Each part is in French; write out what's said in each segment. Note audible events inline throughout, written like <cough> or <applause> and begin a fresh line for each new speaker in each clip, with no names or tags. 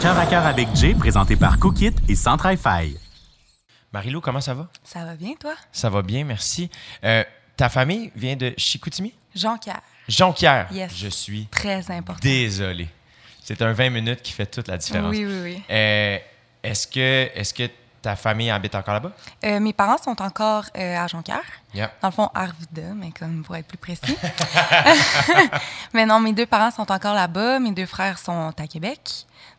Cœur à cœur avec Jay, présenté par Cookit et Centre Fi.
Marie-Lou, comment ça va?
Ça va bien, toi?
Ça va bien, merci. Euh, ta famille vient de Chicoutimi?
Jonquière.
Jonquière.
Yes.
Je suis
Très important.
désolé. C'est un 20 minutes qui fait toute la différence.
Oui, oui, oui.
Euh, est-ce que est-ce que ta famille habite encore là-bas?
Euh, mes parents sont encore euh, à Jonquière.
Yeah.
Dans le fond, Arvida, mais comme pour être
<laughs>
plus précis. <laughs> mais non, mes deux parents sont encore là-bas. Mes deux frères sont à Québec,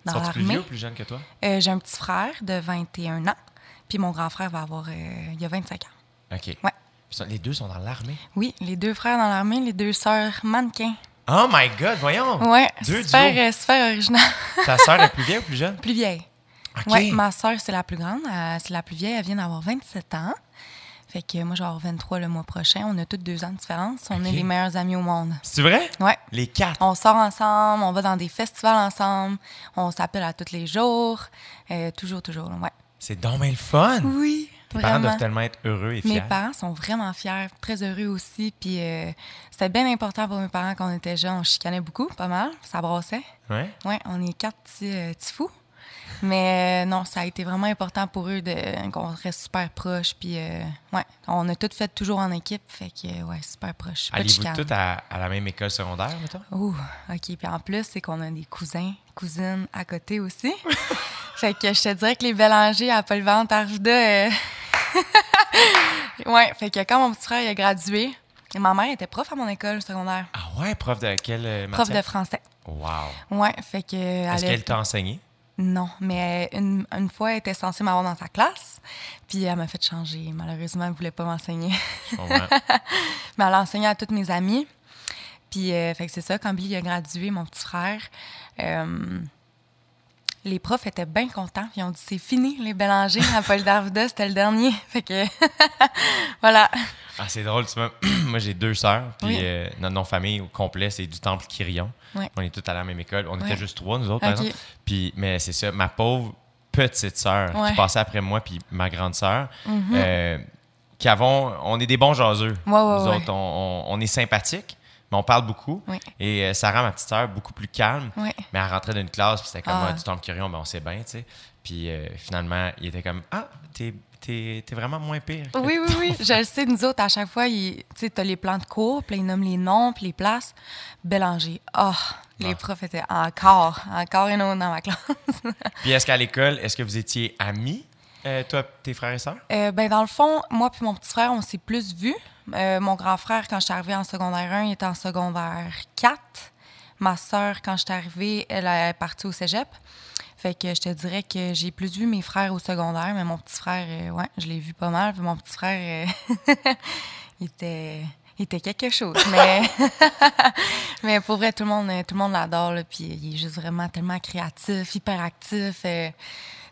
dans
Sont-ils plus
l'armée.
vieux ou plus jeunes que toi?
Euh, J'ai un petit frère de 21 ans, puis mon grand frère va avoir, euh, il a 25 ans.
OK.
Ouais.
Ils sont- Les deux sont dans l'armée.
Oui, les deux frères dans l'armée, les deux sœurs mannequins.
Oh my God, voyons!
Ouais,
Deux duos.
super, euh, super original.
Ta sœur est plus vieille ou plus
<laughs>
jeune?
plus vieille.
OK.
Oui, ma soeur, c'est la plus grande. Euh, c'est la plus vieille. Elle vient d'avoir 27 ans. Fait que euh, moi, je vais avoir 23 le mois prochain. On a toutes deux ans de différence. On est
Ok.
les meilleurs amis au monde.
C'est vrai?
Ouais.
Les quatre.
On sort ensemble, on va dans des festivals ensemble, on s'appelle à tous les jours. Euh, toujours, toujours. là, Ouais.
C'est donc bien le fun!
Oui,
Tes parents
vraiment.
doivent tellement être heureux et
Mes
fiers.
parents sont vraiment fiers, très heureux aussi. Puis euh, c'était bien important pour mes parents quand on était jeunes. On chicanait beaucoup, pas mal. Ça brassait.
Ouais.
Oui, on est quatre petits, euh, petits fous. Mais euh, non, ça a été vraiment important pour eux de, qu'on reste super proches. Puis, euh, ouais, on a tout fait toujours en équipe. Fait que, euh, ouais, super proches. Pas de
Allez-vous
chicane.
toutes à, à la même école secondaire, mettons?
Ouh, OK. Puis en plus, c'est qu'on a des cousins, cousines à côté aussi. <laughs> fait que je te dirais que les Bélanger à Paul-Vente, Arvida. euh, <laughs> ouais, fait que quand mon petit frère il a gradué, ma mère était prof à mon école secondaire,
Ah ouais, prof de quelle euh,
prof de
matière?
français.
Wow.
Ouais, fait que.
Est-ce
elle a-
qu'elle t'a enseigné?
Non, mais euh, une, une fois, elle était censée m'avoir dans sa classe, puis elle m'a fait changer. Malheureusement, elle ne voulait pas m'enseigner. <laughs>
Je comprends.
mais elle a enseigné à toutes mes amies. Puis, euh, fait que c'est ça, quand Billy a gradué, mon petit frère, euh, les profs étaient bien contents. Ils ont dit c'est fini, les Bélangers à Paul Darvida, c'était le dernier. <laughs> Fait que, voilà.
Ah, c'est drôle, tu vois. <clears throat> Moi, j'ai deux sœurs, puis
Oui.
euh, notre nom-famille au complet, c'est du Temple Kyrion.
Ouais.
On est tous à la même école. On était
Ouais.
juste trois, nous autres, par
Ok.
exemple. Puis, mais c'est ça, ma pauvre petite sœur
Ouais. Mhm.
qui passait après moi, puis ma grande sœur, euh, qui avons, on est des bons jaseux.
Ouais, ouais,
nous
ouais.
autres, on, on- on est sympathiques, mais on parle beaucoup.
Oui.
Et euh, Sarah, ma petite sœur, beaucoup plus calme.
Oui.
Mais elle rentrait d'une classe, puis c'était comme
Ah.
ah, du Temple Kyrion, ben, on sait bien, tu sais. Puis euh, finalement, il était comme Ah, t'es t'es- t'es vraiment moins pire. que
Oui, oui, oui. Je le sais, nous autres, à chaque fois, ils- tu sais, t'as les plans de cours, puis là, ils nomment les noms, puis les places. Bélanger. Ah,
Ah.
les profs étaient encore, encore une autre dans ma classe.
<laughs>
<laughs>
Puis est-ce qu'à l'école, est-ce que vous étiez amis, euh, toi, tes frères et sœurs?
Euh, ben, dans le fond, moi puis mon petit frère, on s'est plus vus. Euh, mon grand frère, quand je suis arrivée en secondaire 1, il était en secondaire 4. Ma sœur, quand je suis arrivée, elle est partie au cégep. Fait que je te dirais que j'ai plus vu mes frères au secondaire, mais mon petit frère, euh, ouais, je l'ai vu pas mal. Puis mon petit frère, euh, <laughs> il était. Il était quelque chose, mais, <laughs> mais pour vrai, tout le monde, tout le monde l'adore. là, Puis il est juste vraiment tellement créatif, hyper actif. euh,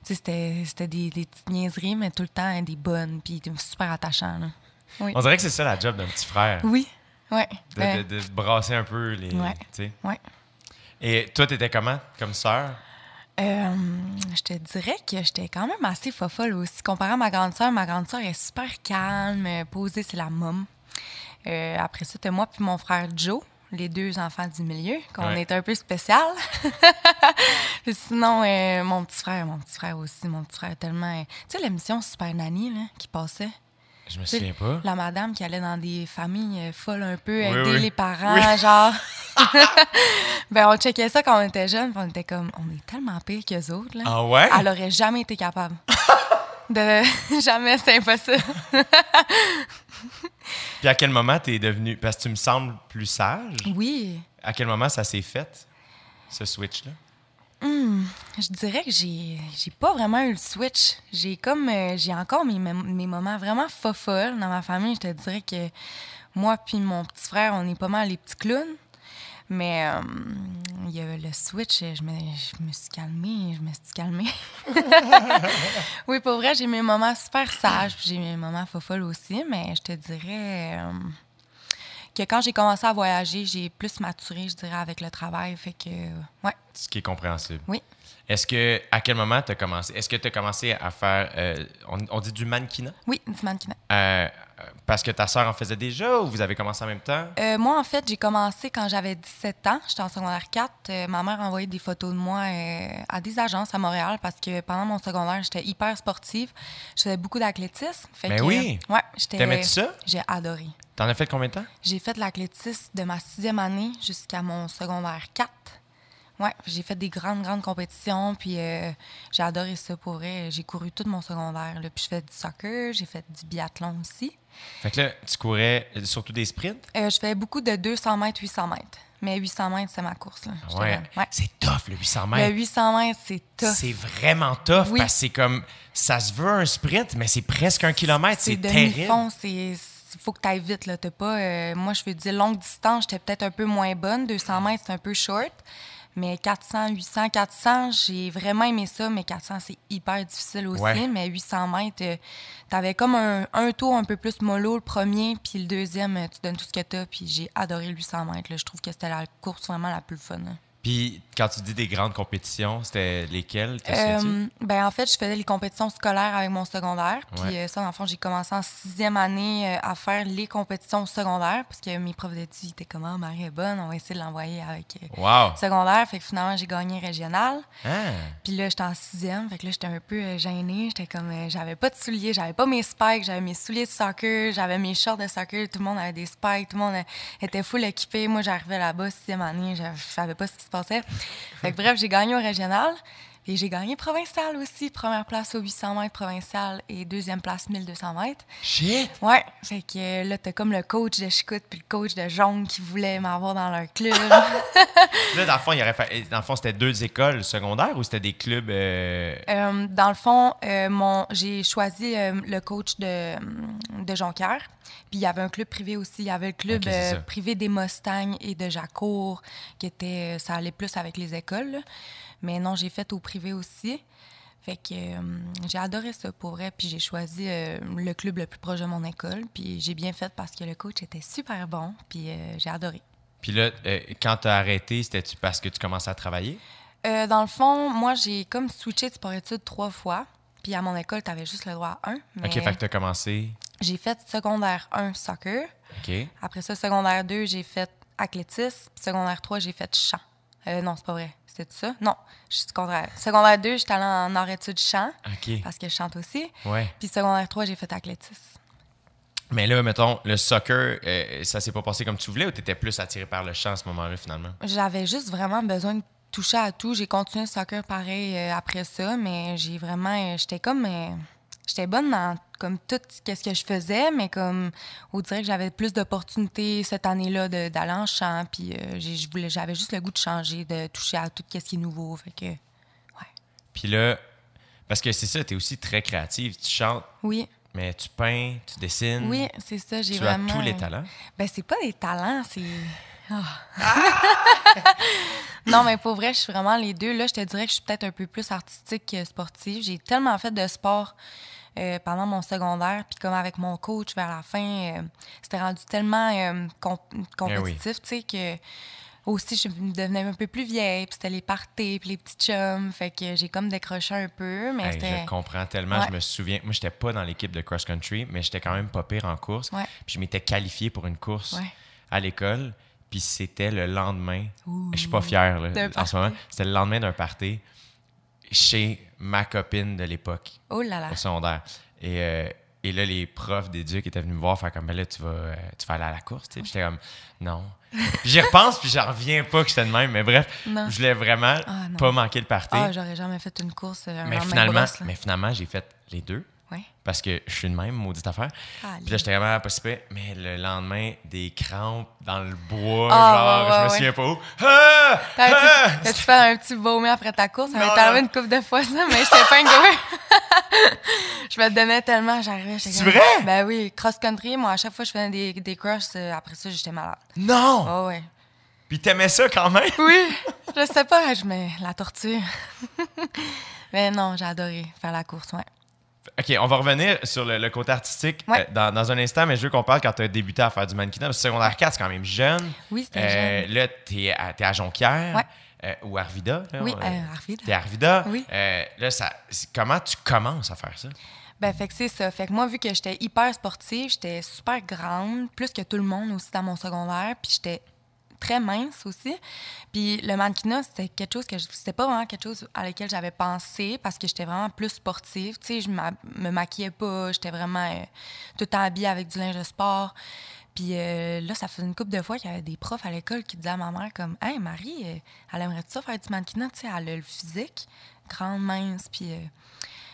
tu sais, c'était c'était des, des petites niaiseries, mais tout le temps hein, des bonnes, puis des- super attachant. là. Oui.
On dirait que c'est ça la job d'un petit frère,
Oui, ouais. ben,
de, de- de brasser un peu les.
Ouais.
tu sais.
ouais.
Et toi, t'étais comment comme sœur?
Euh, je te dirais que j'étais quand même assez fofolle aussi. Comparé à ma grande sœur, ma grande sœur est super calme, euh, posée, c'est la môme. Euh, après ça, t'as moi puis mon frère Joe, les deux enfants du milieu, qu'on
Ouais.
est un peu spécial. <laughs> Puis Sinon, euh, mon petit frère, mon petit frère aussi, mon petit frère est tellement... euh, Tu sais, l'émission Super Nanny, là, qui passait?
Je me
Tu sais,
souviens pas.
La madame qui allait dans des familles euh, folles un peu,
Oui,
aider
oui.
les parents,
Oui.
<laughs> genre. ben, on checkait ça quand on était jeunes, puis on était comme, on est tellement pire qu'eux autres, là.
Ah ouais?
Elle aurait jamais été capable. <laughs> De <laughs> jamais, c'est impossible.
Puis à quel moment t'es devenue. Parce que tu me sembles plus sage.
Oui,
À quel moment ça s'est fait, ce switch-là?
je dirais que j'ai j'ai pas vraiment eu le switch. J'ai comme euh, j'ai encore mes, mom- mes moments vraiment fofolles dans ma famille. Je te dirais que moi puis mon petit frère, on est pas mal les petits clowns. Mais euh, il y a le switch, je me, je me suis calmée, je me suis calmée. <laughs> oui, pour vrai, j'ai mes moments super sages, puis j'ai mes moments fofolles aussi, mais je te dirais euh, que quand j'ai commencé à voyager, j'ai plus maturé, je dirais, avec le travail. Fait que, ouais.
Ce qui est compréhensible.
Oui.
Est-ce que. À quel moment t'as commencé? Est-ce que t'as commencé à faire. euh, on, on dit du mannequinat?
Oui, du mannequinat.
Euh, euh, parce que ta sœur en faisait déjà ou vous avez commencé en même temps?
Euh, moi, en fait, j'ai commencé quand j'avais 17 ans. J'étais en secondaire 4. Euh, ma mère envoyait des photos de moi euh, à des agences à Montréal parce que pendant mon secondaire, j'étais hyper sportive. Je faisais beaucoup d'athlétisme. Fait
Ben
que, euh,
oui!
Ouais, j'étais.
T'aimais-tu ça?
J'ai adoré.
T'en as fait combien de temps?
J'ai fait de l'athlétisme de ma sixième année jusqu'à mon secondaire 4. Ouais, j'ai fait des grandes, grandes compétitions, puis euh, j'ai adoré ça pour vrai. J'ai couru tout mon secondaire, là. puis je fais du soccer, j'ai fait du biathlon aussi.
Fait que là, tu courais euh, surtout des sprints?
Euh, je fais beaucoup de 200 mètres, 800 mètres. Mais 800 mètres, c'est ma course. Là, je te
Ah Ouais.
donne. Ouais.
C'est tough, le 800
Le
mètres.
800 mètres, c'est tough.
C'est vraiment tough
Oui.
parce que c'est comme. Ça se veut un sprint, mais c'est presque un kilomètre. C'est terrible.
demi-fond, c'est... c'est- faut que tu ailles vite. Là. T'as pas, euh, moi, je veux dire, longue distance, j'étais peut-être un peu moins bonne. 200 mètres, c'est un peu short. Mais 400, 800, 400, j'ai vraiment aimé ça. Mais 400, c'est hyper difficile aussi.
Ouais.
Mais 800 mètres, euh, t'avais comme un, un tour un peu plus mollo, le premier. Puis le deuxième, euh, tu donnes tout ce que t'as. Puis j'ai adoré le 800 mètres. là. Je trouve que c'était la course vraiment la plus fun. là.
Puis quand tu dis des grandes compétitions, c'était lesquelles? Te
Euh,
souviens-tu?
ben, en fait, je faisais les compétitions scolaires avec mon secondaire. Puis
Ouais.
euh, ça, dans le fond, j'ai commencé en sixième année euh, à faire les compétitions secondaires parce que mes profs d'études étaient comme Ah, Marie est bonne, on va essayer de l'envoyer avec euh,
Wow!
secondaire. Fait que finalement, j'ai gagné régional.
Ah.
Puis là, j'étais en sixième. Fait que là, j'étais un peu euh, gênée. J'étais comme, euh, j'avais pas de souliers, j'avais pas mes spikes, j'avais mes souliers de soccer, j'avais mes shorts de soccer. Tout le monde avait des spikes, tout le monde euh, était full équipé. Moi, j'arrivais là-bas, sixième année, je je savais pas ce qui se passait. Fait que bref, j'ai gagné au régional. Et j'ai gagné provincial aussi. Première place au 800 mètres provincial et deuxième place 1200 mètres.
Shit!
Ouais, fait que euh, là, t'as comme le coach de Chicoute puis le coach de Jongle qui voulait m'avoir dans leur club.
Là, dans le fond, il aurait fait- dans le fond, c'était deux écoles secondaires ou c'était des clubs. euh,
Euh, dans le fond, euh, mon, j'ai choisi euh, le coach de, de Jonquière. Puis il y avait un club privé aussi. Il y avait le club
Ok, c'est
euh,
ça.
privé des Mustangs et de Jacour, qui était. euh, Ça allait plus avec les écoles. là. Mais non, j'ai fait au privé aussi. Fait que euh, j'ai adoré ça pour vrai. Puis j'ai choisi euh, le club le plus proche de mon école. Puis j'ai bien fait parce que le coach était super bon. Puis euh, j'ai adoré.
Puis là, euh, quand t'as arrêté, c'était-tu parce que tu commençais à travailler?
Euh, dans le fond, moi, j'ai comme switché de sport-études trois fois. Puis à mon école, t'avais juste le droit à un. Mais...
OK, fait que t'as commencé.
J'ai fait secondaire 1 soccer.
OK.
Après ça, secondaire 2, j'ai fait athlétisme. Puis secondaire 3, j'ai fait chant. Euh, non, c'est pas vrai. C'était tout ça? Non, je suis du contraire. Secondaire 2, j'étais allée en art études chant
OK.
parce que je chante aussi.
Ouais.
Puis secondaire 3, j'ai fait athlétisme.
Mais là, mettons, le soccer, euh, ça s'est pas passé comme tu voulais ou t'étais plus attiré par le champ à ce moment-là, finalement?
J'avais juste vraiment besoin de toucher à tout. J'ai continué le soccer pareil euh, après ça, mais j'ai vraiment. euh, j'étais comme. euh, j'étais bonne dans comme tout ce que je faisais, mais comme on dirait que j'avais plus d'opportunités cette année-là de- d'aller en champ. Puis euh, j'ai- je voulais- j'avais juste le goût de changer, de toucher à tout ce qui est nouveau. Fait que. Ouais.
Puis là, parce que c'est ça, t'es aussi très créative. Tu chantes,
Oui,
mais tu peins, tu dessines.
oui, c'est ça. J'ai
Hmm. Tu
vraiment.
as tous les
euh,
talents.
Ben, c'est pas des talents, c'est. Ah. <laughs> non, mais pour vrai, je suis vraiment les deux. Là, je te dirais que je suis peut-être un peu plus artistique que sportive. J'ai tellement fait de sport euh, pendant mon secondaire, puis comme avec mon coach vers la fin, euh, c'était rendu tellement euh, com-
Eh
compétitif, tu sais, que aussi, je devenais un peu plus vieille, puis c'était les parties, puis les petits chums. Fait que j'ai comme décroché un peu, mais
Hey,
c'était.
je comprends tellement.
Ouais.
Je me souviens, moi, j'étais pas dans l'équipe de cross-country, mais j'étais quand même pas pire en course.
Ouais.
Puis je m'étais qualifié pour une course
Ouais.
à l'école. Puis c'était le lendemain. Je suis pas fier là,
D'un
en ce
party.
moment. C'était le lendemain d'un party chez ma copine de l'époque
Oh là là.
au secondaire. Et, euh, et là, les profs d'éduc étaient venus me voir faire comme, ben là, tu vas, euh, tu vas aller à la course, tu sais. Puis j'étais comme,
<laughs>
non. Puis J'y repense, puis j'en reviens pas que j'étais de même. Mais bref,
Non.
je voulais vraiment
Ah, non.
pas manquer le party.
Ah, j'aurais jamais fait une course. euh, un
mais,
lendemain de
finalement,
brosse, là.
mais finalement, j'ai fait les deux
Ouais.
parce que je suis de même, maudite affaire.
Ah,
Puis là, j'étais vraiment pas si pire, mais le lendemain, des crampes dans le bois,
Ah,
genre,
ouais, ouais,
je me
ouais.
souviens pas où. Ah! Ah!
T'as-tu t'as-tu fait un petit vomi après ta course? Ça m'est
Non,
arrivé
non.
une couple de fois, ça, mais j'étais pas une gourou. <laughs> Je me donnais tellement, j'arrivais. j'étais
C'est
comme-
vrai?
Ben oui, cross-country, moi, à chaque fois que je faisais des, des crosses, euh, après ça, j'étais malade.
Non!
Oh, ouais.
Puis t'aimais ça quand même?
Oui, je sais pas, je mets la torture. <laughs> mais non, j'ai adoré faire la course, ouais.
OK, on va revenir sur le, le côté artistique
Ouais.
euh, dans, dans un instant, mais je veux qu'on parle quand tu as débuté à faire du mannequinat. Parce que secondaire 4, c'est quand même jeune.
Oui, c'était
Euh,
jeune.
Là, tu es, à t'es à Jonquière
Ouais.
euh, ou Arvida. là,
Oui,
on-
euh, Arvida.
T'es à Arvida.
Oui.
Euh, là, ça, c'est- comment tu commences à faire ça?
Ben, fait que c'est ça. Fait que moi, vu que j'étais hyper sportive, j'étais super grande, plus que tout le monde aussi dans mon secondaire, puis j'étais très mince aussi. Puis le mannequinat, c'était quelque chose que je- c'était pas vraiment quelque chose à laquelle j'avais pensé parce que j'étais vraiment plus sportive. Tu sais, je m'a- me maquillais pas, j'étais vraiment euh, tout le temps habillée avec du linge de sport. Puis euh, là, ça faisait une couple de fois qu'il y avait des profs à l'école qui disaient à ma mère comme « Hey, Marie, euh, elle aimerait ça faire du mannequinat? Tu sais, elle a le physique, grande, mince, puis... euh,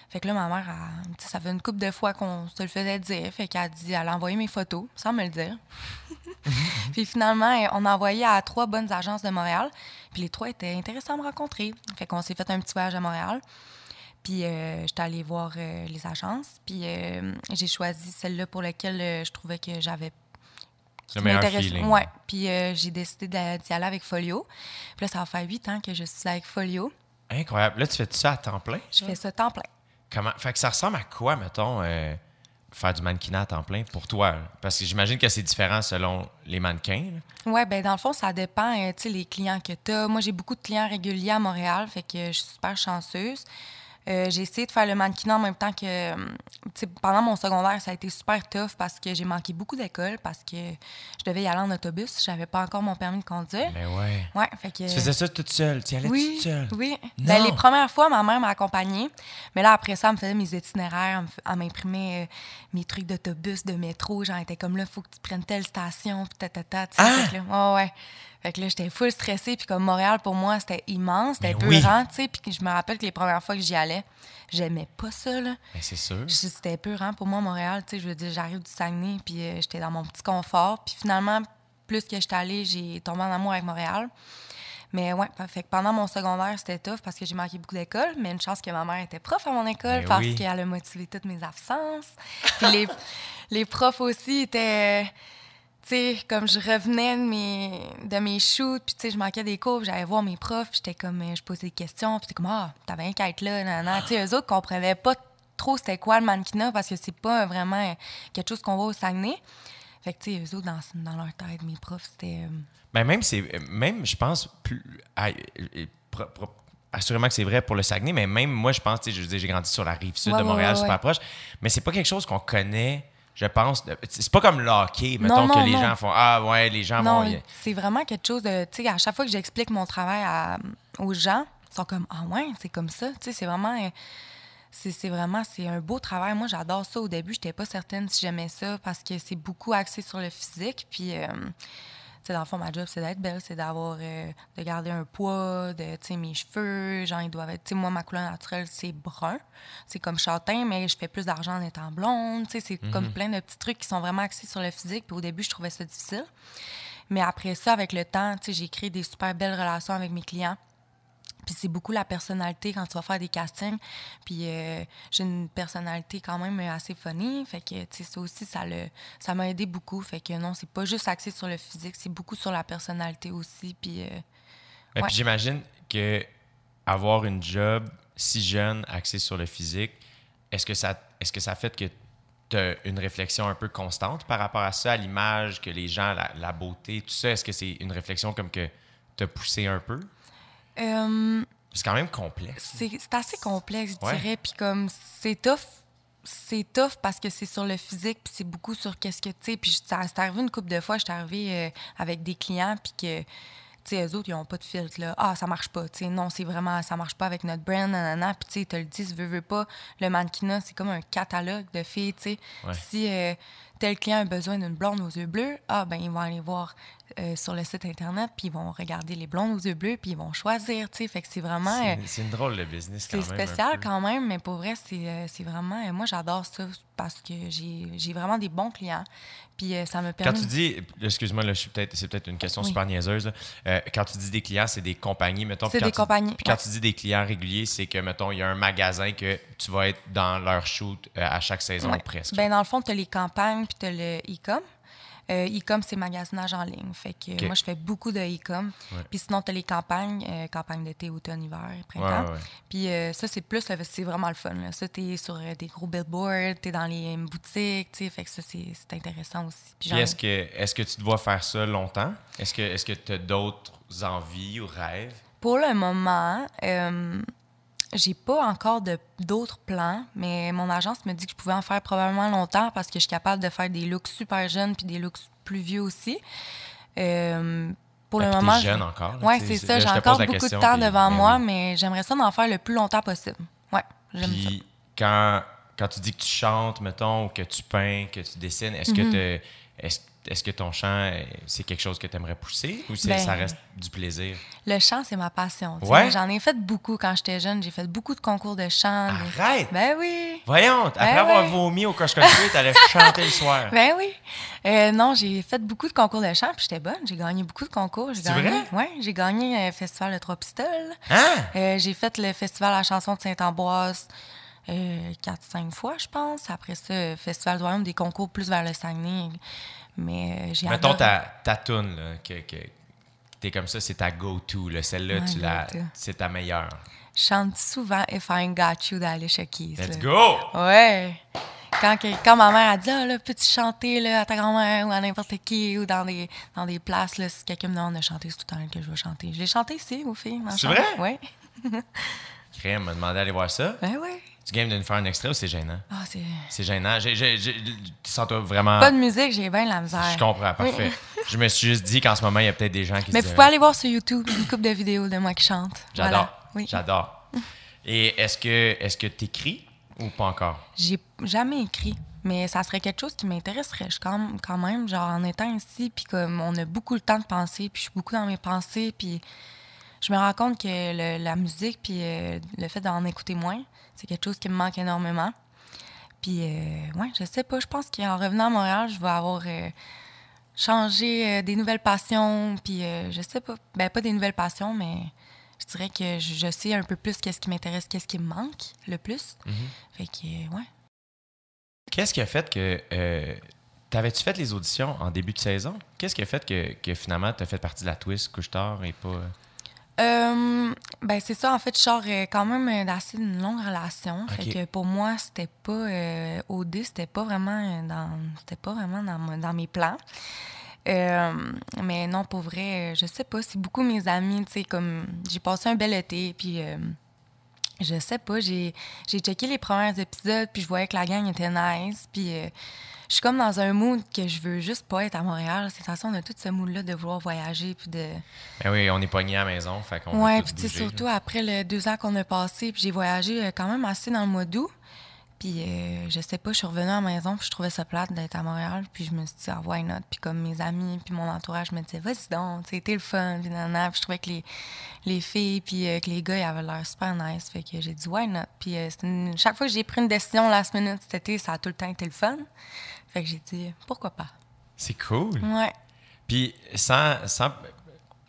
fait que là, ma mère, elle- tu sais, ça fait une couple de fois qu'on se le faisait dire. Fait qu'elle a dit, elle a envoyé mes photos sans me
<laughs>
le dire. puis finalement, eh, on a envoyé à trois bonnes agences de Montréal. Puis les trois étaient intéressants à me rencontrer. Fait qu'on s'est fait un petit voyage à Montréal. Puis euh, j'étais allée voir euh, les agences. Puis euh, j'ai choisi celle-là pour laquelle euh, je trouvais que j'avais
Le
qui
meilleur
m'intéresse-
feeling.
Ouais. Puis euh, j'ai décidé d'a- d'y aller avec Folio. Puis là, ça va faire huit ans que je suis avec Folio.
Incroyable. Là, tu fais ça à temps plein?
Je fais ça temps plein.
Comment... Fait que ça ressemble à quoi, mettons, euh, faire du mannequinat à temps plein pour toi? là? Parce que j'imagine que c'est différent selon les mannequins. là.
Oui, ben dans le fond, ça dépend, euh, tu sais, les clients que tu as. Moi, j'ai beaucoup de clients réguliers à Montréal, fait que je suis super chanceuse. Euh, j'ai essayé de faire le mannequinat en même temps que, hum, tu sais, pendant mon secondaire, ça a été super tough parce que j'ai manqué beaucoup d'écoles, parce que je devais y aller en autobus, j'avais pas encore mon permis de conduire.
Mais ouais.
Ouais, fait que...
Tu faisais ça toute seule. Tu y allais
Oui,
toute seule.
oui.
Non.
Ben, les premières fois, ma mère m'a accompagnée. Mais là, après ça, elle me faisait mes itinéraires, elle me f- elle m'imprimait euh, mes trucs d'autobus, de métro. Genre, elle était comme là, faut que tu prennes telle station, puis ta, ta, ta, tu sais.
Ah!
Fait que là, ouais, ouais. Fait que là, j'étais full stressée. Puis comme Montréal, pour moi, c'était immense,
Mais
c'était
Ben oui.
peurant, tu sais. Puis que je me rappelle que les premières fois que j'y allais, j'aimais pas ça, là.
Mais Ben, c'est sûr.
Je- C'était peurant pour moi, Montréal. Tu sais, je veux dire, j'arrive du Saguenay, puis euh, j'étais dans mon petit confort. Puis finalement, plus que j'étais allée, j'ai tombé en amour avec Montréal. Mais ouais, pa- fait que pendant mon secondaire, c'était tough parce que j'ai manqué beaucoup d'école. Mais une chance que ma mère était prof à mon école
Ben
parce
oui.
qu'elle a motivé toutes mes absences.
<laughs>
Puis les, les profs aussi étaient. euh, tu sais, comme je revenais de mes, de mes shoots, puis tu sais, je manquais des cours, puis j'allais voir mes profs, puis j'étais comme, euh, je posais des questions, puis t'es comme, ah, t'avais rien qu'à être là, nanana. Tu sais, eux autres comprenaient pas trop c'était quoi le mannequinat, parce que c'est pas vraiment euh, quelque chose qu'on voit au Saguenay. Fait que, tu sais, eux autres, dans, dans leur tête, mes profs, c'était... euh,
Ben même, c'est, même, je pense, plus. ah, euh, pro- pro- assurément que c'est vrai pour le Saguenay, mais même moi, je pense, tu sais, je veux dire, j'ai grandi sur la rive sud
Ouais,
de
ouais,
Montréal,
ouais,
super
ouais.
proche, mais c'est pas quelque chose qu'on connaît, je pense. de- C'est pas comme le hockey, mettons,
Non, non,
que les
non.
gens font Ah, ouais, les gens
Non,
vont. y-
c'est vraiment quelque chose de. Tu sais, à chaque fois que j'explique mon travail à- aux gens, ils sont comme Ah ouais, c'est comme ça. Tu sais, c'est vraiment. euh, C'est c'est vraiment c'est un beau travail. Moi, j'adore ça. Au début, j'étais pas certaine si j'aimais ça parce que c'est beaucoup axé sur le physique. Puis, euh, tu sais, dans le fond, ma job, c'est d'être belle, c'est d'avoir. euh, de garder un poids, de. Tu sais, mes cheveux, genre, ils doivent être. Tu sais, moi, ma couleur naturelle, c'est brun. C'est comme châtain, mais je fais plus d'argent en étant blonde. Tu sais, c'est comme plein de petits trucs qui sont vraiment axés sur le physique. Puis, au début, je trouvais ça difficile. Mais après ça, avec le temps, tu sais, j'ai créé des super belles relations avec mes clients. Puis c'est beaucoup la personnalité quand tu vas faire des castings. Puis euh, j'ai une personnalité quand même assez funny. Fait que, tu sais, ça aussi, ça le- ça m'a aidé beaucoup. Fait que non, c'est pas juste axé sur le physique, c'est beaucoup sur la personnalité aussi. Puis euh,
Ben,
Ouais.
Puis j'imagine que avoir une job si jeune, axée sur le physique, est-ce que ça, est-ce que ça fait que tu as une réflexion un peu constante par rapport à ça, à l'image que les gens, la, la beauté, tout ça, est-ce que c'est une réflexion comme que t'as poussé un peu?
euh,
C'est quand même complexe.
c'est c'est assez complexe, je
Ouais.
dirais. Puis comme c'est tough, c'est tough parce que c'est sur le physique, puis c'est beaucoup sur qu'est-ce que tu sais. Puis ça- c'est arrivé une couple de fois, j'étais arrivée euh, avec des clients, puis que, tu sais, eux autres, ils ont pas de filtre, là. Ah, ça marche pas, tu sais. Non, c'est vraiment, ça marche pas avec notre brand, nanana. Puis tu sais, ils te le disent, veux, veux pas. Le mannequinat, c'est comme un catalogue de filles, tu sais.
Ouais.
Si euh, tel client a besoin d'une blonde aux yeux bleus, ah, ben, ils vont aller voir euh, sur le site Internet, puis ils vont regarder les blondes aux yeux bleus, puis ils vont choisir, tu sais. Fait que c'est vraiment. euh,
C'est, c'est une drôle de business quand
c'est
même. un
spécial
peu.
quand même, mais pour vrai, c'est euh, c'est vraiment. euh, Moi, j'adore ça parce que j'ai j'ai vraiment des bons clients. Puis euh, ça me
Quand
permet.
tu dis, excuse-moi, là, je suis peut-être, c'est peut-être une question
Oui.
super niaiseuse. là. Euh, quand tu dis des clients, c'est des compagnies, mettons. puis
C'est
quand
des
tu-
compagnies,
Puis quand
ouais.
tu dis des clients réguliers, c'est que, mettons, il y a un magasin que tu vas être dans leur shoot euh, à chaque saison
Ouais.
presque.
Ben, dans le fond, tu as les campagnes puis tu as le e-com. Euh, e-com, c'est magasinage en ligne. Fait que euh,
OK.
moi, je fais beaucoup de e-com.
Ouais.
Puis sinon, tu as les campagnes, euh, campagnes d'été, automne, hiver,
Ouais,
printemps.
ouais, ouais.
Puis euh, ça, c'est plus, le- c'est vraiment le fun. Là. Ça, tu es sur euh, des gros billboards, tu es dans les euh, boutiques, tu sais. Fait que ça, c'est c'est intéressant aussi. Puis j'en
Puis est-ce
ai-
que, est-ce que tu te vois faire ça longtemps? Est-ce que est-ce que tu as d'autres envies ou rêves?
Pour le moment, euh, J'ai pas encore de- d'autres plans, mais mon agence me dit que je pouvais en faire probablement longtemps parce que je suis capable de faire des looks super jeunes puis des looks plus vieux aussi. Euh, pour
Ben,
le
puis t'es
moment.
jeune encore, là,
Oui,
tu
c'est
sais,
ça.
là, je
J'ai
te pose
encore
la
beaucoup
question,
de temps
puis-
devant
ben
moi,
oui.
mais j'aimerais ça d'en faire le plus longtemps possible. Oui, j'aime ça.
Puis quand, quand tu dis que tu chantes, mettons, ou que tu peins, que tu dessines, est-ce
Mhm.
que te- est-ce, est-ce que ton chant, euh, c'est quelque chose que tu aimerais pousser ou c'est-
Ben-
ça reste du plaisir?
Le chant, c'est ma passion. tu sais.
Ouais?
J'en ai fait beaucoup quand j'étais jeune. J'ai fait beaucoup de concours de chant. des-
Arrête!
Ben oui!
Voyons, après
Ben
avoir
ouais.
vomi au croche country t'allais <laughs> chanter le soir.
Ben oui. Euh, non, j'ai fait beaucoup de concours de chant, puis j'étais bonne. J'ai gagné beaucoup de concours. J'ai
C'est
gagné,
vrai?
Ouais, j'ai gagné le Festival de Trois Pistoles.
Hein?
Euh, j'ai fait le Festival à la chanson de Saint-Ambroise euh, 4-5 fois, je pense. Après ça, euh, Festival de Royaume, des concours plus vers le Saguenay. Mais euh, j'ai
Mettons
adoré.
ta, ta toune, là, que, que t'es comme ça, c'est ta go-to, là. Celle-là,
Ouais,
tu la,
go-to.
c'est ta meilleure.
Je chante souvent If I Ain't Got You d'Alicia Keys.
Let's
là.
go!
Ouais. Quand, que- quand ma mère a dit, ah, là, peux-tu chanter là, à ta grand-mère ou à n'importe qui ou dans des, dans des places, là, si quelqu'un me demande de chanter, c'est tout le temps que je vais chanter. Je l'ai chanté ici, aux filles. en
C'est
chambre.
vrai?
Ouais.
Crème m'a demandé d'aller voir ça.
Ben oui.
Tu game de nous faire un extrait ou c'est gênant?
Ah, c'est.
C'est gênant. J'ai, j'ai- j'ai- tu sens toi vraiment.
Pas de musique, j'ai bien de la misère.
Ah. Je comprends, parfait. je me suis juste dit qu'en ce moment, il y a peut-être des gens qui
Mais
se
vous
disent,
pouvez aller voir sur YouTube une couple de vidéos de moi qui chante.
J'adore.
Voilà. Oui.
J'adore. Et est-ce que est-ce que t'écris ou pas encore?
J'ai jamais écrit, mais ça serait quelque chose qui m'intéresserait. Je suis quand même, quand même, genre en étant ici, puis comme on a beaucoup le temps de penser, puis je suis beaucoup dans mes pensées, puis je me rends compte que le- la musique, puis euh, le fait d'en écouter moins, c'est quelque chose qui me manque énormément. Puis, euh, ouais, je sais pas, je pense qu'en revenant à Montréal, je vais avoir euh, changé euh, des nouvelles passions, puis euh, je sais pas, ben pas des nouvelles passions, mais je dirais que je, je sais un peu plus qu'est-ce qui m'intéresse, qu'est-ce qui me manque le plus. Fait que, euh, ouais.
Qu'est-ce qui a fait que euh, t'avais-tu fait les auditions en début de saison? Qu'est-ce qui a fait que, que finalement t'as fait partie de la twist couche-tard et pas.
Euh, ben c'est ça, en fait, je sors euh, quand même euh, d'assez d'une longue relation. Fait
Ok.
que pour moi, c'était pas euh, OD, c'était pas vraiment euh, dans c'était pas vraiment dans, mon- dans mes plans. Euh, mais non, pour vrai, euh, je sais pas. C'est beaucoup mes amis, tu sais, comme j'ai passé un bel été, puis euh, je sais pas, j'ai j'ai checké les premiers épisodes, puis je voyais que la gang était nice, puis euh, je suis comme dans un mood que je veux juste pas être à Montréal. C'est de toute façon, on a tout ce mood-là de vouloir voyager, puis de
Ben oui, on est pogné à la maison, fait qu'on. veut
ouais,
tous
puis tu sais,
bouger, là.
surtout après les deux ans qu'on a passé, puis j'ai voyagé euh, quand même assez dans le mois d'août. Puis euh, je sais pas, je suis revenue à la maison, puis je trouvais ça plate d'être à Montréal, puis je me suis dit, ah, why not? Puis comme mes amis, puis mon entourage me disaient, vas-y donc, tu sais, t'es le fun, puis nanana. Puis je trouvais que les, les filles, puis euh, que les gars, ils avaient l'air super nice. Fait que j'ai dit, why not? Puis euh, c'est une- chaque fois que j'ai pris une décision last minute cet été, ça a tout le temps été le fun. Fait que j'ai dit, pourquoi pas?
C'est cool.
Ouais.
Puis sans, sans,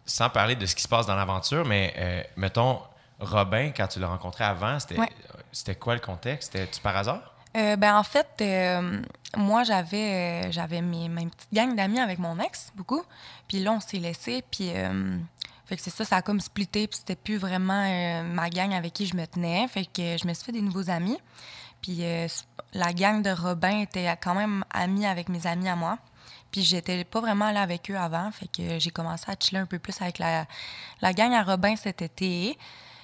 sans parler de ce qui se passe dans l'aventure, mais euh, mettons, Robin, quand tu l'as rencontré avant, c'était
Ouais.
c'était quoi le contexte? C'était-tu par hasard?
Euh, ben en fait, euh, moi j'avais euh, j'avais mes, mes petites gangs d'amis avec mon ex beaucoup. Puis là on s'est laissé puis euh, fait que c'est ça ça a comme splitté puis c'était plus vraiment euh, ma gang avec qui je me tenais, fait que je me suis fait des nouveaux amis. Puis euh, la gang de Robin était quand même amie avec mes amis à moi. Puis j'étais pas vraiment là avec eux avant, fait que j'ai commencé à chiller un peu plus avec la, la gang à Robin cet été.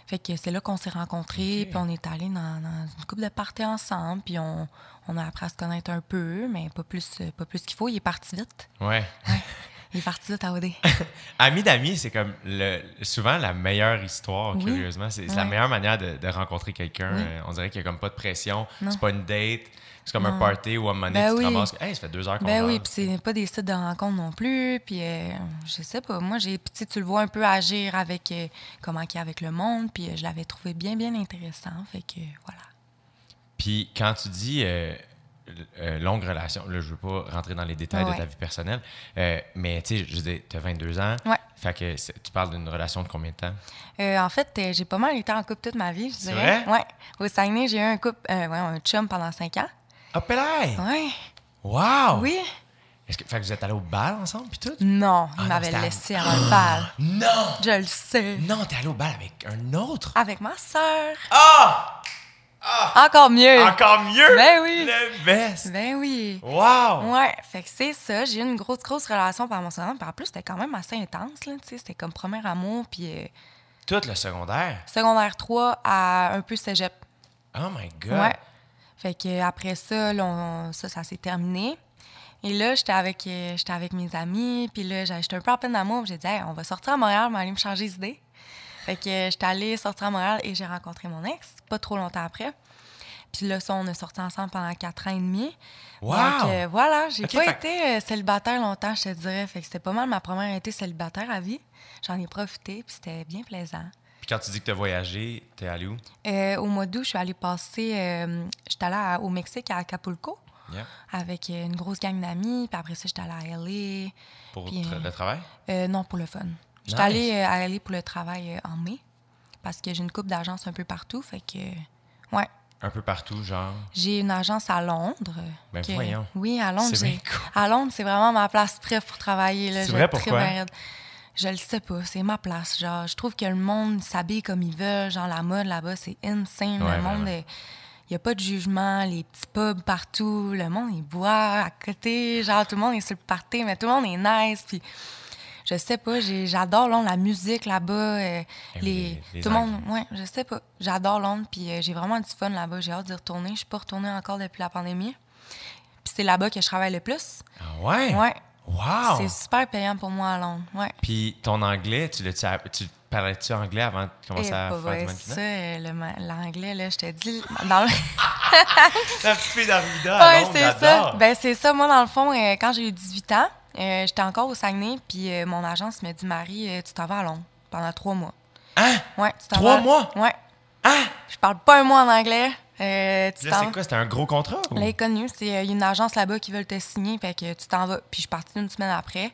Fait que c'est là qu'on s'est rencontrés,
Ok.
puis on est allés dans, dans une couple de parties ensemble, puis on, on a appris à se connaître un peu, mais pas plus, pas plus qu'il faut. Il est parti vite.
Ouais.
Il est parti vite à OD.
Ami d'amis, c'est comme le, souvent la meilleure histoire,
Oui.
curieusement. C'est c'est la
Ouais.
meilleure manière de, de rencontrer quelqu'un.
Oui.
Euh, On dirait qu'il n'y a comme pas de pression.
Non.
C'est pas une date. C'est comme un
Non.
party où à un moment donné,
Ben
tu
oui.
te ramasses. Hey, ça fait deux heures qu'on
Ben
jase.
oui, puis c'est pas des sites de rencontre non plus. Puis euh, je sais pas, moi, j'ai, puis tu sais, tu le vois un peu agir avec euh, comment qu'il est avec le monde, puis euh, je l'avais trouvé bien, bien intéressant. Fait que euh, voilà.
Puis quand tu dis euh, euh, longue relation, là, je veux pas rentrer dans les détails de
Ouais.
ta vie personnelle, euh, mais tu sais, je veux dire, tu as 22 ans.
Ouais.
Fait que c'est- tu parles d'une relation de combien de temps?
Euh, en fait, euh, j'ai pas mal été en couple toute ma vie, je
C'est
dirais.
vrai?
Ouais. Au Saguenay, j'ai eu un couple, euh, ouais, un chum pendant cinq ans.
Hop Ah, ben là!
Ouais.
Wow!
Oui.
Est-ce que, fait que vous êtes allés au bal ensemble, puis tout?
Non, il
Ah, non,
m'avait
c'était à- Ah.
laissé avant le bal.
Non!
Je le sais.
Non, t'es allé au bal avec un autre?
Avec ma sœur.
Ah!
Encore mieux.
Encore mieux!
Ben oui.
Le best!
Ben oui.
Wow!
Ouais, fait que c'est ça. J'ai eu une grosse, grosse relation par mon surnom. Puis en plus, c'était quand même assez intense, là. tu sais, C'était comme premier amour, puis euh,
Tout le secondaire?
Secondaire 3 à un peu cégep.
Oh my God!
Ouais. Fait que après ça, là, on- ça, ça s'est terminé. Et là, j'étais avec, euh, j'étais avec mes amis, puis là, j'a- j'étais un peu en peine d'amour. puis J'ai dit, Hey, on va sortir à Montréal, mais aller me changer d'idée. Fait que euh, j'étais allée sortir à Montréal et j'ai rencontré mon ex, pas trop longtemps après. Puis là, ça, on a sorti ensemble pendant quatre ans et demi.
Wow!
Donc, euh, voilà, j'ai
Ok,
pas
fait-
été euh, célibataire longtemps, je te dirais. Fait que c'était pas mal ma première été célibataire à vie. J'en ai profité, puis c'était bien plaisant.
Puis quand tu dis que tu as voyagé, t'es allé où?
Euh, au mois d'août, je suis allée passer. euh, j'étais allée à- au Mexique, à Acapulco,
Yeah.
avec euh, une grosse gang d'amis. Puis après ça, j'étais allée à LA.
Pour
Puis,
tra-
euh,
le travail?
Euh, non, pour le fun. J'étais
Nice.
allée euh, à LA pour le travail euh, en mai, parce que j'ai une coupe d'agences un peu partout. Fait que, euh, ouais.
Un peu partout, genre.
J'ai une agence à Londres.
Ben voyons.
Oui, à Londres.
C'est bien
j'ai- À Londres, c'est vraiment ma place préférée pour travailler. là.
C'est
Je
vrai,
tripe bien
pourquoi?
raide. Je le sais pas, c'est ma place. Genre, je trouve que le monde s'habille comme il veut. Genre, la mode là-bas, c'est insane.
Ouais,
le monde,
vraiment.
il n'y a pas de jugement. Les petits pubs partout. Le monde, il boit à côté. Genre, tout le monde est sur le party, mais tout le monde est nice. Puis, je sais pas, j'ai- j'adore Londres, la musique là-bas. euh,
Eh oui,
les,
les- les
tout le monde, ouais, je sais pas. J'adore Londres, puis euh, j'ai vraiment du fun là-bas. J'ai hâte d'y retourner. Je suis pas retournée encore depuis la pandémie. Puis c'est là-bas que je travaille le plus.
Ah ouais?
Ouais.
Wow!
C'est super payant pour moi à Londres. Ouais.
Puis ton anglais, tu, l'as-tu app- tu parlais-tu anglais avant de
Eh,
commencer à
bah,
faire
ouais,
du
ça,
mannequinat?
euh, le ma- l'anglais, là, je te dis, dans le...
La petite fille d'Arvida, à
Ouais,
Londres,
c'est ça.
Ah, j'adore.
Ben, c'est ça. Moi, dans le fond, euh, quand j'ai eu 18 ans, euh, j'étais encore au Saguenay, puis euh, mon agence me dit Marie, euh, tu t'en vas à Londres pendant trois mois.
Hein?
Ouais, tu t'en
Trois
vas-
mois?
Ouais.
Hein?
Je parle pas un mot en anglais. Euh, tu
Là,
t'en
c'est quoi? C'était un gros contrat? ou-
Là, connu, c'est euh, il y a une agence là-bas qui veut te signer, fait que tu t'en vas. Puis je suis partie une semaine après.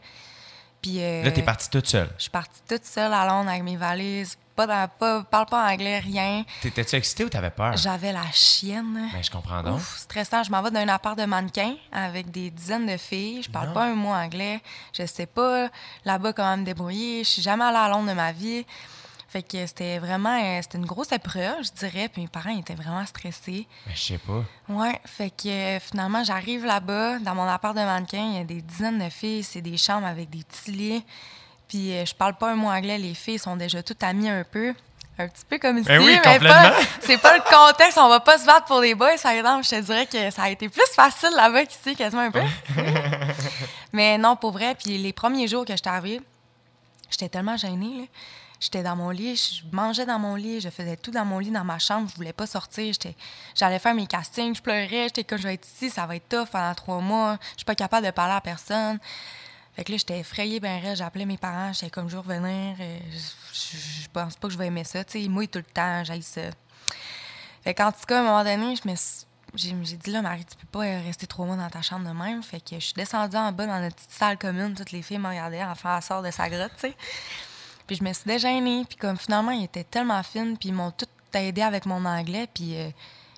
Puis euh,
Là, t'es partie toute seule.
Je suis partie toute seule à Londres avec mes valises, pas dans, pas, parle pas anglais, rien.
T'étais-tu excitée ou t'avais peur?
J'avais la chienne.
Ben, je comprends donc.
Ouf, stressant. Je m'en vais d'un appart de mannequin avec des dizaines de filles. Je parle
Non.
pas un mot anglais. Je sais pas là-bas comment me débrouiller. Je suis jamais allée à Londres de ma vie. Fait que c'était vraiment euh, c'était une grosse épreuve, je dirais. Puis mes parents étaient vraiment stressés.
Ben, je sais pas.
Ouais, fait que euh, finalement, j'arrive là-bas, dans mon appart de mannequin, il y a des dizaines de filles, c'est des chambres avec des petits lits. Puis euh, je parle pas un mot anglais, les filles sont déjà toutes amies un peu. Un petit peu comme ici,
Ben oui,
mais pas-
complètement.
<laughs> c'est pas le contexte, on va pas se battre pour des boys, par exemple. Je te dirais que ça a été plus facile là-bas qu'ici, quasiment un peu. <laughs> mais non, pour vrai, puis les premiers jours que je arrivée, j'étais tellement gênée, là. J'étais dans mon lit, je mangeais dans mon lit, je faisais tout dans mon lit, dans ma chambre, je voulais pas sortir. J'étais, j'allais faire mes castings, je pleurais, j'étais comme je vais être ici, ça va être tough pendant trois mois, je suis pas capable de parler à personne. Fait que là, j'étais effrayée, ben raide, j'appelais mes parents, j'étais comme je vais revenir, euh, je, je- je pense pas que je vais aimer ça, tu sais, ils mouillent tout le temps, j'aille ça. Fait qu'en tout cas, à un moment donné, je me suis- j'ai, j'ai dit là, Marie, tu peux pas euh, rester trois mois dans ta chambre de même. Fait que je suis descendue en bas dans notre petite salle commune, toutes les filles me regardaient en faisant la sorte de sa grotte, tu sais. Puis je me suis déjeunée. Puis comme finalement, ils étaient tellement fines. Puis ils m'ont tout aidé avec mon anglais. Puis euh,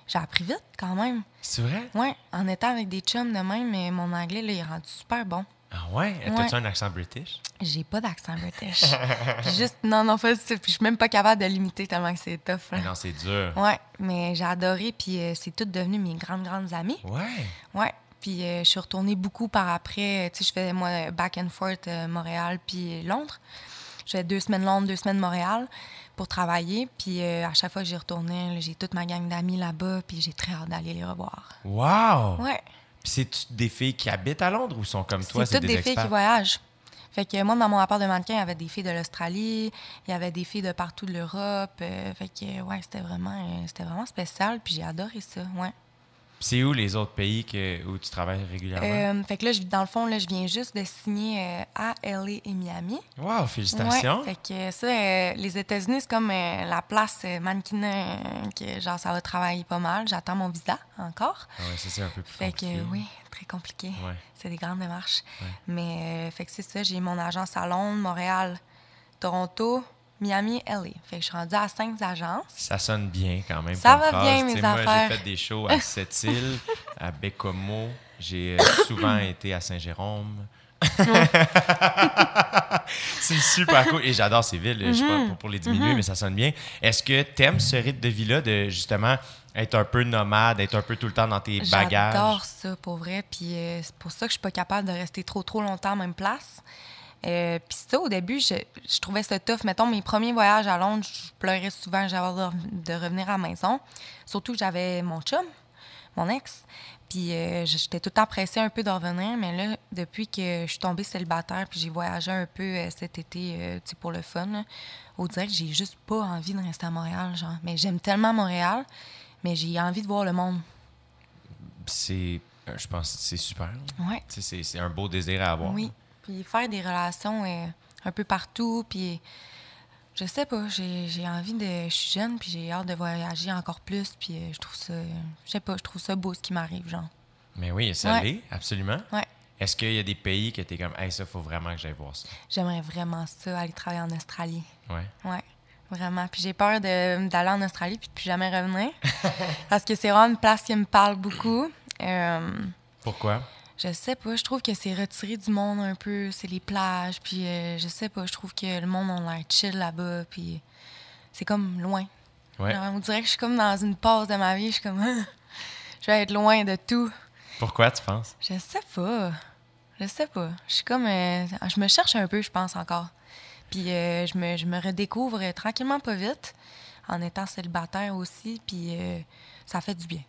j'ai appris vite quand même.
C'est vrai?
Ouais, en étant avec des chums de même, mais mon anglais, là, il est rendu super bon.
Ah ouais? T'as-tu un accent british?
J'ai pas
<laughs>
d'accent british. Puis juste, non, non, pas du tout. Puis je suis même pas capable de l'imiter tellement que c'est tough. là.
Ah non, c'est dur.
Ouais, mais j'ai adoré. Puis euh, c'est toutes devenues mes grandes, grandes amies.
Ouais.
Ouais. Puis euh, je suis retournée beaucoup par après. euh, Tu sais, je faisais moi back and forth euh, Montréal puis Londres. Je faisais deux semaines Londres, deux semaines Montréal pour travailler. Puis euh, à chaque fois que j'y retournais, là, j'ai toute ma gang d'amis là-bas. Puis j'ai très hâte d'aller les revoir.
Wow!
Ouais.
Puis c'est-tu des filles qui habitent à Londres ou sont comme toi?
C'est toutes des, filles qui
expats?
voyagent. Fait que moi, dans mon appart de mannequin, il y avait des filles de l'Australie, il y avait des filles de partout de l'Europe. euh, fait que, ouais, c'était vraiment, euh, c'était vraiment spécial. Puis j'ai adoré ça, ouais.
Puis c'est où les autres pays que, où tu travailles régulièrement?
Euh, fait que là, je, dans le fond, là, je viens juste de signer euh, à LA et Miami.
Wow, félicitations!
Ouais, fait que ça, euh, les États-Unis, c'est comme euh, la place euh, mannequin, euh, que genre, ça va travailler pas mal. J'attends mon visa encore.
Ah ouais, ça, c'est un peu plus
Fait que
compliqué.
euh, oui, très compliqué.
Ouais.
C'est des grandes démarches. Mais euh, fait que c'est ça, j'ai mon agence à Londres, Montréal, Toronto, Miami, LA. Fait que je suis rendue à cinq agences.
Ça sonne bien quand même.
Ça
comme
va
phrase.
bien,
Tu sais,
mes
moi,
affaires.
J'ai fait des shows à Sept-Îles,
<laughs>
à Bécomo. J'ai
<coughs>
euh, souvent été à Saint-Jérôme. <laughs> c'est super cool. Et j'adore ces villes. Je sais
Mm-hmm.
pas pour, pour les diminuer, mais ça sonne bien. Est-ce que t'aimes ce rythme de vie-là de justement être un peu nomade, être un peu tout le temps dans tes bagages?
J'adore ça, pour vrai. Puis euh, c'est pour ça que je suis pas capable de rester trop, trop longtemps à la même place. Euh, Puis ça, au début, je, je trouvais ça tough. Mettons, mes premiers voyages à Londres, je pleurais souvent, j'avais de, re- de revenir à la maison. Surtout que j'avais mon chum, mon ex. Puis euh, j'étais tout le temps pressée un peu d'en revenir. Mais là, depuis que je suis tombée célibataire, puis j'ai voyagé un peu euh, cet été, euh, tu sais, pour le fun, là, on dirait que j'ai juste pas envie de rester à Montréal, genre. Mais j'aime tellement Montréal, mais j'ai envie de voir le monde.
C'est, euh, je pense, que c'est super. là.
Ouais.
Tu sais, C'est c'est un beau désir à avoir.
Oui. Puis faire des relations euh, un peu partout. Puis je sais pas, j'ai j'ai envie de. Je suis jeune, puis j'ai hâte de voyager encore plus. Puis euh, je trouve ça. Je sais pas, je trouve ça beau ce qui m'arrive, genre.
Mais oui, ça
Ouais.
l'est, absolument.
Ouais.
Est-ce qu'il y a des pays que tu es comme, hey, ça, faut vraiment que j'aille voir ça?
J'aimerais vraiment ça, aller travailler en Australie.
Ouais.
Ouais, vraiment. Puis j'ai peur de- d'aller en Australie puis de plus jamais revenir. parce que c'est vraiment une place qui me parle beaucoup. Euh,
Pourquoi?
Je sais pas, je trouve que c'est retiré du monde un peu, c'est les plages, puis euh, je sais pas, je trouve que le monde on l'air chill là-bas, puis c'est comme loin.
Ouais.
Genre, on dirait que je suis comme dans une pause de ma vie, je suis comme, <laughs> Ah, je vais être loin de tout.
Pourquoi tu penses?
Je sais pas, je sais pas, je suis comme, euh, je me cherche un peu, je pense encore. Puis euh, je, me, je me redécouvre euh, tranquillement, pas vite, en étant célibataire aussi, puis euh, ça fait du bien.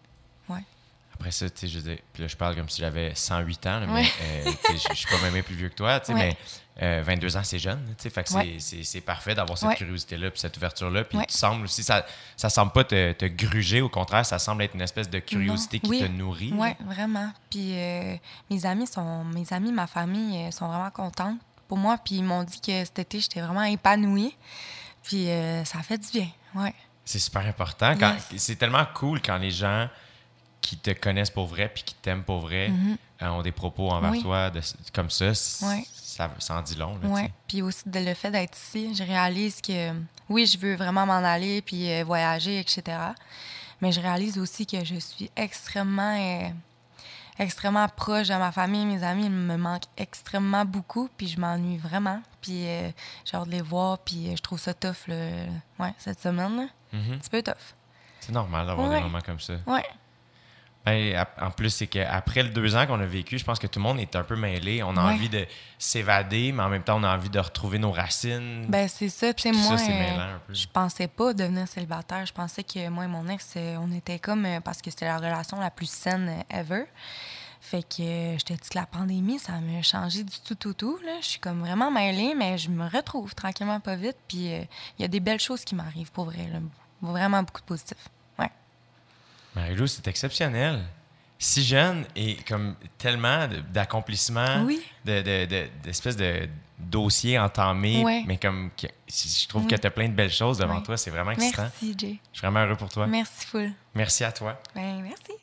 Après ça, tu sais, je dis, puis là, je parle comme si j'avais 108 ans, là,
Ouais.
mais euh, tu sais, je- je suis pas même plus vieux que toi, tu sais,
Ouais.
mais euh, 22 ans, c'est jeune, tu sais, fait que c'est-
Ouais.
c'est c'est parfait d'avoir cette
Ouais.
curiosité-là, puis cette ouverture-là, puis
Ouais.
tu sembles aussi, ça, ça semble pas te, te gruger, au contraire, ça semble être une espèce de curiosité qui
Oui.
te nourrit.
Oui, vraiment. Puis euh, mes amis sont, mes amis, ma famille euh, sont vraiment contentes pour moi. Puis ils m'ont dit que cet été, j'étais vraiment épanouie. Puis euh, ça fait du bien. Ouais.
C'est super important. Quand-
Yes.
C'est tellement cool quand les gens qui te connaissent pour vrai puis qui t'aiment pour vrai euh, ont des propos envers
Mm-hmm. Oui.
toi de- comme ça. c-
Ouais.
Ça, ça en dit long. Là,
Ouais.
tu
Puis aussi de, le fait d'être ici, je réalise que euh, oui, je veux vraiment m'en aller puis euh, voyager, etc. Mais je réalise aussi que je suis extrêmement, euh, extrêmement proche de ma famille, mes amis. Ils me manquent extrêmement beaucoup puis je m'ennuie vraiment. Puis euh, j'ai hâte de les voir puis euh, je trouve ça tough là, ouais, cette semaine. là.
sais. Mhm.
Un petit peu tough.
C'est normal d'avoir
Ouais.
des moments comme ça.
Ouais.
Ben, ap- en plus, c'est qu'après les deux ans qu'on a vécu, je pense que tout le monde est un peu mêlé. On a
Ouais.
envie de s'évader, mais en même temps, on a envie de retrouver nos racines.
Ben, c'est ça, tu sais,
tout Mm. ça,
moi.
c'est
euh,
mêlant un peu.
Je pensais pas devenir célibataire. Je pensais que moi et mon ex, euh, on était comme. euh, Parce que c'était la relation la plus saine euh, ever. Fait que euh, je te dis que la pandémie, ça m'a changé du tout, tout, tout. Là. Je suis comme vraiment mêlée, mais je me retrouve tranquillement pas vite. Puis euh, il y a des belles choses qui m'arrivent pour vrai. là. Vraiment beaucoup de positifs. Ouais.
Marie-Lou, c'est exceptionnel. Si jeune et comme tellement de- d'accomplissements,
Oui.
de- de- de- d'espèces de, dossiers entamés,
Ouais.
mais comme que- si- je trouve
Oui.
que tu as plein de belles choses devant
Oui.
toi. C'est vraiment excitant.
Merci, Jay.
Je suis vraiment heureux pour toi.
Merci, full.
Merci à toi.
Ben, merci.